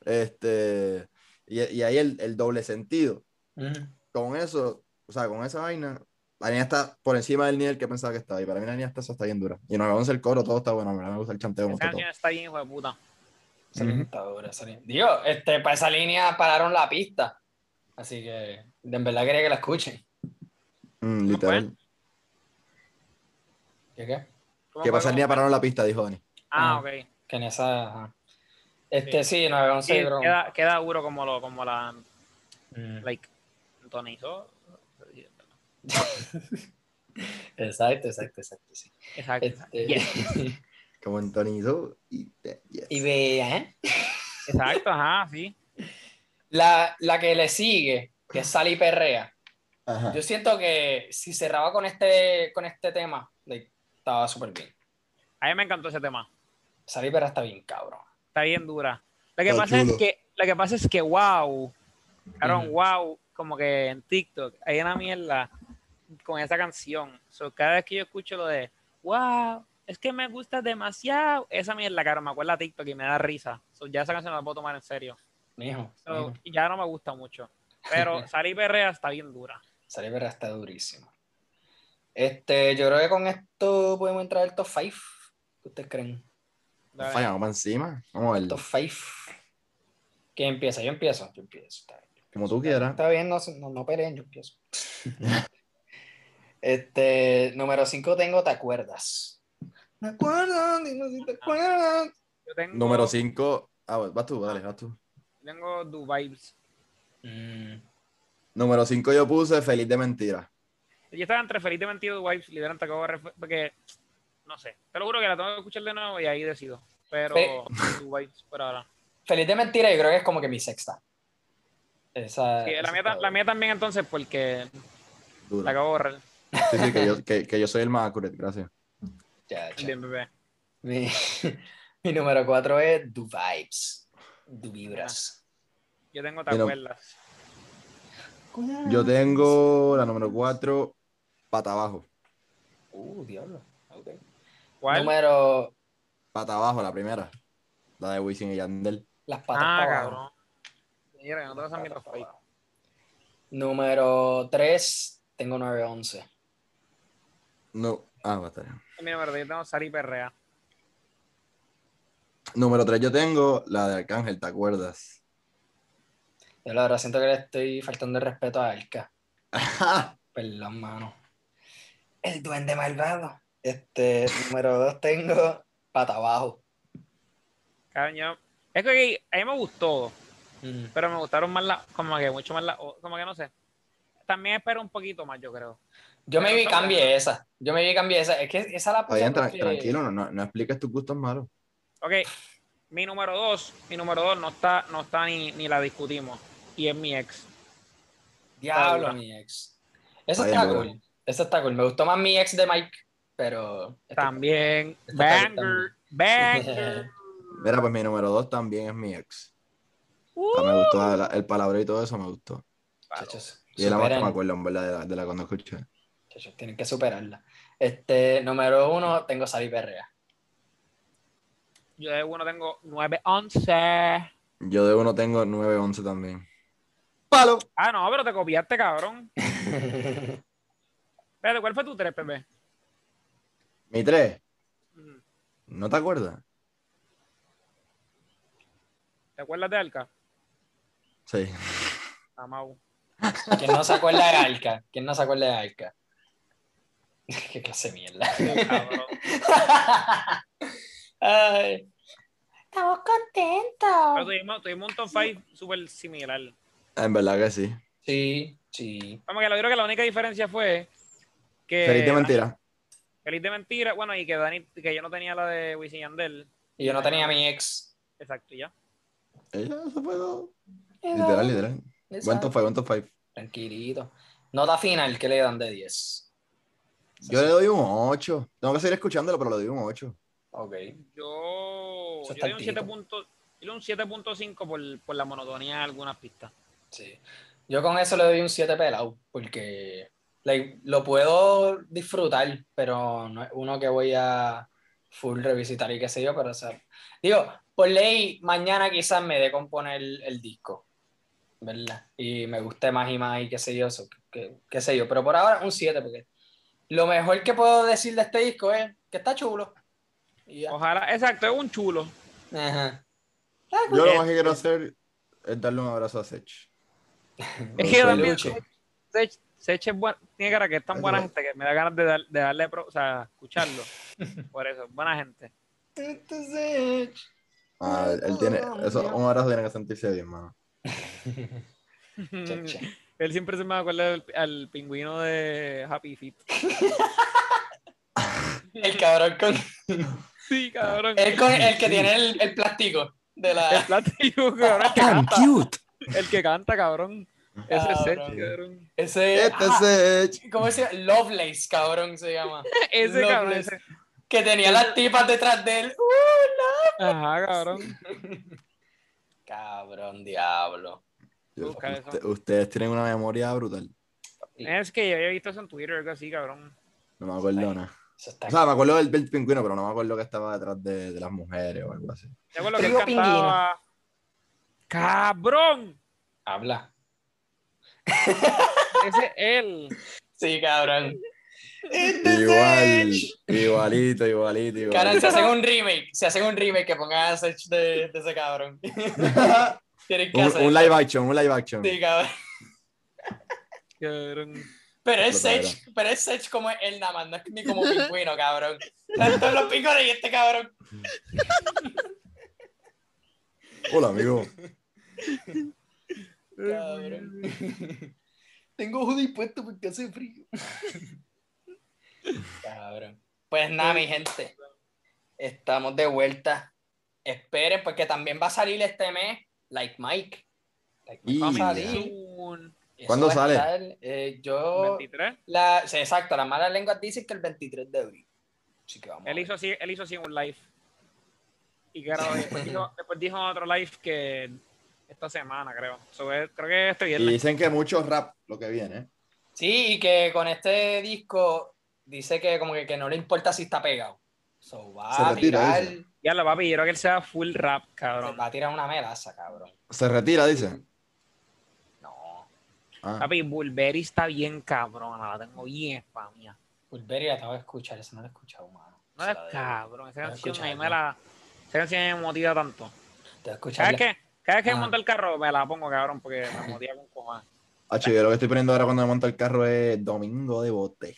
C: Este, y, y ahí el, el doble sentido.
A: Ujú.
C: Con eso, o sea, con esa vaina, la niña está por encima del nivel que pensaba que estaba. Y para mí la niña está, está bien dura. Y no me gusta el coro, todo está bueno. en verdad Me gusta el chanteo, me
B: Esa
C: gusta todo.
B: canción está bien, hijo de puta.
A: Esa línea
C: Ujú.
A: está dura, esa línea. Digo, este, para esa línea pararon la pista. Así que, de en verdad quería que la escuchen.
C: Mm, literal.
A: ¿Qué qué?
B: ¿Cómo
C: Que
B: fue?
C: pasa el niña pararon la pista, dijo Dani.
B: Ah,
A: Ah.
B: ok. Sí,
A: Que en esa. ajá. Este sí, 911, creo.
B: queda, queda duro como, lo, como la.
A: Mm.
B: Like, entonizó.
A: Exacto, exacto, exacto. sí.
B: Exacto.
A: Este,
B: Yes.
C: Como Antonio y, yes.
A: Y vea, ¿eh?
B: Exacto, ajá, sí.
A: La, la que le sigue, que es Sally Perrea.
C: Ajá.
A: Yo siento que si cerraba con este, con este tema, like, estaba súper bien.
B: A mí me encantó ese tema.
A: Sally Perrea está bien, cabrón.
B: Está bien dura. Lo que
C: Está
B: pasa
C: chulo.
B: es que, lo que pasa es que, wow, cabrón,
A: Ujú.
B: wow, como que en TikTok hay una mierda con esa canción. So, cada vez que yo escucho lo de, wow, es que me gusta demasiado, esa mierda, cabrón, me acuerda a TikTok y me da risa. So, ya esa canción no la puedo tomar en serio.
A: Mijo,
B: So,
A: mijo.
B: ya no me gusta mucho. Pero Sari Perrea está bien dura.
A: Sally Perrea está durísima. Este, yo creo que con esto podemos entrar al top 5. ¿Qué ustedes creen?
B: Dale.
C: Falla, vamos encima. Vamos a ver.
A: Top 5. ¿Quién empieza? Yo empiezo. Yo empiezo. Está bien.
C: Como tú quieras.
A: Está bien, no, se- no, no peleen, yo empiezo. este, número 5 tengo, ¿te acuerdas? Me acuerdo, dime si te acuerdas.
B: Yo tengo,
C: Número 5. Ah, bueno, vas tú, dale, vas tú.
B: tengo Du Vibes.
A: Mm.
C: Número 5 yo puse Feliz de Mentira.
B: Yo estaba entre Feliz de Mentido y Wives, literalmente acabo de ref- porque no sé. Te lo juro que la tengo que escuchar de nuevo y ahí decido. Pero tu Wives por ahora.
A: Feliz de mentira, yo creo que es como que mi sexta. Esa,
B: Sí,
A: esa
B: la, mía,
A: Ah, está
B: ta- la mía también entonces porque
C: Duro.
B: la acabo de borrar.
C: Sí, sí, que yo, que, que yo soy el más accurate, gracias.
A: buena. Ya, ya.
B: Bien, bebé.
A: Mi, mi número 4 es Du Vibes. Du Vibras.
B: Yo tengo te
C: Pero-
B: acuerdas.
C: Yo tengo la número 4, Pata Abajo.
A: Uh, diablo. Ok.
B: ¿Cuál? Ah,
A: Número.
C: Pata Abajo, la primera. La de Wisin y Yandel.
A: Las patas.
B: Ah,
A: para abajo.
B: cabrón. Mira, no te vas a mirar
A: Patas para
B: fake.
A: abajo. Número 3, tengo 911.
C: No. Ah, va a estar bien.
B: Mira, verdad, yo tengo Sari Perrea.
C: Número 3 yo tengo la de Arcángel, ¿te acuerdas?
A: Yo la verdad siento que le estoy faltando el respeto a Alka. Perdón, mano. El duende malvado. Este, número 2 tengo pata abajo.
B: Cabrón, yo- Es que a mí me gustó,
A: Mm.
B: pero me gustaron más las, como que mucho más las, como que no sé. También espero un poquito más, yo creo.
A: Yo me
B: Pero
A: vi
B: está
A: cambié
B: bueno.
A: esa. Yo me vi cambié esa. Es que esa la
C: Está bien, tra-
A: porque-
C: tranquilo, no, no, no expliques tus gustos malos.
B: Ok, mi número dos, mi número dos no está, no está ni, ni la discutimos. Y es mi ex.
A: Diablo,
B: Está
A: mi ex. Esa
C: Está
A: está
C: bien,
A: cool. Esa está cool. Me gustó más mi ex de Mike, pero. este,
B: También.
A: Está bien,
B: Banger. Banger.
C: Mira, pues mi número 2 también es mi ex. O
B: Uh,
C: sea, Ah, me gustó la- el palabreo y todo eso, me gustó.
A: Muchachos,
C: Y es la más que me
A: superen-
C: acuerdo, en verdad, de la, de la cuando escuché.
A: muchachos, tienen que superarla. Este, número uno, tengo Sari Perrea.
B: Yo de uno tengo Ah, 9-11.
C: Yo de uno tengo 9-11 también. ¡Palo!
B: Ah, no, pero te copiaste, cabrón. Espérate, ¿cuál fue tu tres, Pepe?
C: Mi 3,
B: Ujú.
C: ¿no te acuerdas?
B: ¿Te acuerdas de Ah, Alca?
C: Sí.
B: Amau.
A: ¿Quién no se acuerda de Alca? ¿Quién no se acuerda de Alca? Qué clase de mierda.
B: Cabrón.
A: Ay.
D: Estamos
B: Pero
D: contentos.
B: tuvimos, tuvimos un top 5 súper similar.
C: En verdad que sí.
A: Sí, sí.
B: Vamos, que lo creo que la única diferencia fue que.
C: Feliz de mentira.
B: Feliz de mentira. Bueno, y que Dani, que yo no tenía la de Wisin y Yandel.
A: Y yo no tenía a mi ex.
B: Exacto, ya.
C: Ella, eso fue todo. Literal, literal. Buen top 5, buen top 5.
A: Tranquilito. Nota final, ¿qué le dan de 10?
C: Yo le doy un 8. Tengo que seguir escuchándolo, pero le doy un 8.
A: Ok.
B: Yo.
A: Eso
B: Yo
A: está
B: le di un
A: altito.
B: 7 punto- yo le di un 7.5 por, por la monotonía de algunas pistas.
A: Sí. Yo con eso le doy un 7 pelado, porque like, lo puedo disfrutar, pero no es uno que voy a full revisitar y qué sé yo, pero o sea, digo, por ley, mañana quizás me dé componer el, el disco, ¿verdad? Y me guste más y más y qué sé yo, eso, qué, qué sé yo, pero por ahora un 7, porque lo mejor que puedo decir de este disco es que está chulo. Y ya.
B: Ojalá, exacto, es un chulo.
A: Ajá.
C: Yo
B: Eh,
C: lo más que quiero hacer es darle un abrazo a Sech.
B: Es que yo también.
A: Luche.
B: Sech, Sech es buena, tiene cara que es tan buena gente que me da ganas de, dar- de darle, pro- o sea, escucharlo. Por eso, buena gente.
C: Ah, él tiene, eso, un abrazo tiene que sentirse bien, mano.
A: Che, che.
B: Él siempre se me acuerda del- al pingüino de Happy Feet.
A: El cabrón con
B: Sí, cabrón.
A: El, con- el que tiene el, el plástico de
B: El
A: la.
B: platillo, cabrón, el que
C: Ah,
B: canta. El que canta, cabrón. Ese es Sech,
A: Cabrón.
B: cabrón.
A: Ese.
C: Este
A: ah,
C: Sech.
A: ¿Cómo se llama? Lovelace, cabrón, se llama.
B: Ese
A: Loveless.
B: cabrón. ese-
A: Que tenía las tipas detrás de él. Uh,
B: Ajá, cabrón.
A: Cabrón, diablo.
B: Busca eso.
C: Usted- ustedes tienen una memoria brutal.
B: Eh, Es que yo había visto eso en Twitter o algo así, cabrón.
C: No me acuerdo nada.
A: Eso está.
C: O sea, me acuerdo del, del pingüino, pero no me acuerdo que estaba detrás de, de las mujeres o algo así.
B: ¿Te acuerdas que él
A: Trigo pingüino.
B: cantaba? ¡Cabrón!
A: Habla.
B: Ese es él.
A: Sí, cabrón. Este
C: Igual,
A: Sech.
C: igualito, igualito,
A: Cabrón,
C: igualito.
A: se hacen un remake. Se hacen un remake que pongan a Sech de, de ese cabrón. Tienen que
C: un,
A: hacer.
C: un live action, un live action.
A: Sí, cabrón.
B: Cabrón.
A: Pero es
C: Explotadera.
A: Sech, pero es Sech como él nada más, no es ni como pingüino, cabrón. Tanto los pingüinos y este cabrón.
C: Hola, amigo.
A: cabrón. Tengo hoodie puesto porque hace frío. cabrón. Pues nada, mi gente. Estamos de vuelta. Esperen, porque también va a salir este mes Like Mike. Like Mike va a
C: Y-
A: salir.
B: Un
A: Eso
C: ¿Cuándo
A: va a
C: sale?
A: estar, eh, yo.
B: 23.
A: La, sí, exacto, las malas lenguas dicen que el 23 de abril. Así que vamos. a
B: Él
A: ver.
B: hizo así, él hizo así un live. Y claro, después dijo, después dijo en otro live que esta semana, creo. So, eh, creo que este
C: Y
B: viernes.
C: dicen que mucho rap lo que viene.
A: Sí, y que con este disco dice que como que, que no le importa si está pegado. So, va
C: Se
A: a
C: retira,
A: tirar,
C: dice.
B: Ya lo papi, yo creo que él sea full rap, cabrón.
A: va a tirar una melaza, cabrón.
C: Se retira, dice.
A: No,
C: Ah,
B: Papi, Bulberi está bien cabrona, la tengo bien spamia.
A: Pulveria la acabo de escuchar, esa no la he escuchado, mano.
B: No
A: Esa
B: es
A: la debo-
B: cabrón, esa
A: la he
B: canción ahí
A: escuchado.
B: me la. Esa canción me motiva tanto.
A: debo
B: Cada
A: escucharla.
B: vez que, cada vez que
A: Ajá.
B: monto el carro me la pongo, cabrón, porque me motiva con cojones.
C: H, yo lo que estoy poniendo ahora cuando me monto el carro es Domingo de Bote.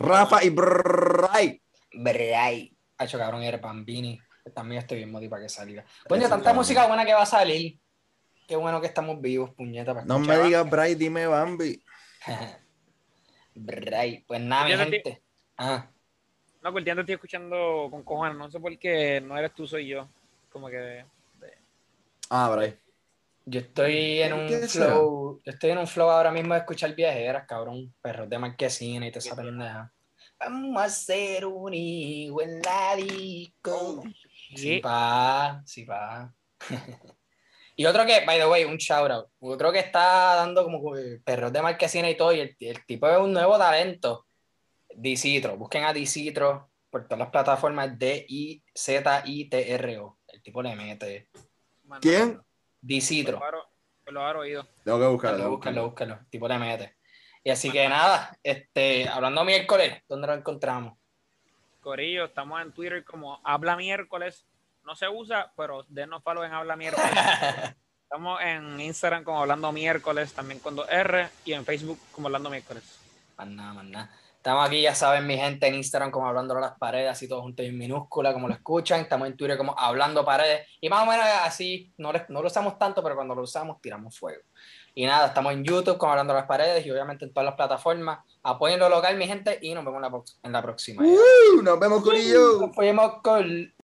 C: Rafa y Bray.
A: Bray. Hacho, cabrón, el Bambini. También estoy bien motivado para que salga. Coño,
C: Eso
A: tanta
C: también.
A: música buena que va a salir. Qué bueno que estamos vivos, puñeta. para
C: No me
A: escuchar.
C: digas Bray, dime Bambi.
A: Bray. Pues nada, mi
B: Yo te-
A: gente. Ah,
B: No, que el día te estoy escuchando con cojones, no sé por qué no eres tú, soy yo. Como que.
C: Ah, Bray.
A: yo estoy en
C: ¿Por
A: un
C: qué será?
A: flow. Yo estoy en un flow ahora mismo de escuchar viajeras, cabrón. Perros de marquesina y te esa pendeja. Vamos a hacer un higo en la disco. Sí,
B: Sí.
A: pa, sí, pa. y otro que, by the way, un shout out. Otro que está dando como que perros de marquesina y todo. Y el, el tipo es un nuevo talento. Dicitro. Busquen a Dicitro por todas las plataformas D-I-Z-I-T-R-O. El tipo le mete.
B: Mano,
C: ¿Quién?
A: Dicitro.
B: Lo habrá- Lo habrá oído.
C: Tengo que buscarlo.
A: Búscalo, búscalo, búscalo. El tipo le mete. Y así que nada, este, hablando miércoles, ¿dónde lo encontramos?
B: Corillo, estamos en Twitter como Habla Miércoles. No se usa, pero denos follow en Habla Miércoles. Estamos en Instagram como Hablando Miércoles, también con dos R, y en Facebook como Hablando Miércoles.
A: Más nada, más nada. Estamos aquí, ya saben, mi gente en Instagram como hablando a las paredes, así todo junto y en minúscula, como lo escuchan. Estamos en Twitter como hablando paredes. Y más o menos así, no, les- no lo usamos tanto, pero cuando lo usamos, tiramos fuego. Y nada, estamos en YouTube como hablando a las paredes y obviamente en todas las plataformas. Apoyen lo local, mi gente, y nos vemos en la, prox- en la próxima.
C: ¡Uh! Nos vemos, Corillo.
A: Nos fuimos con.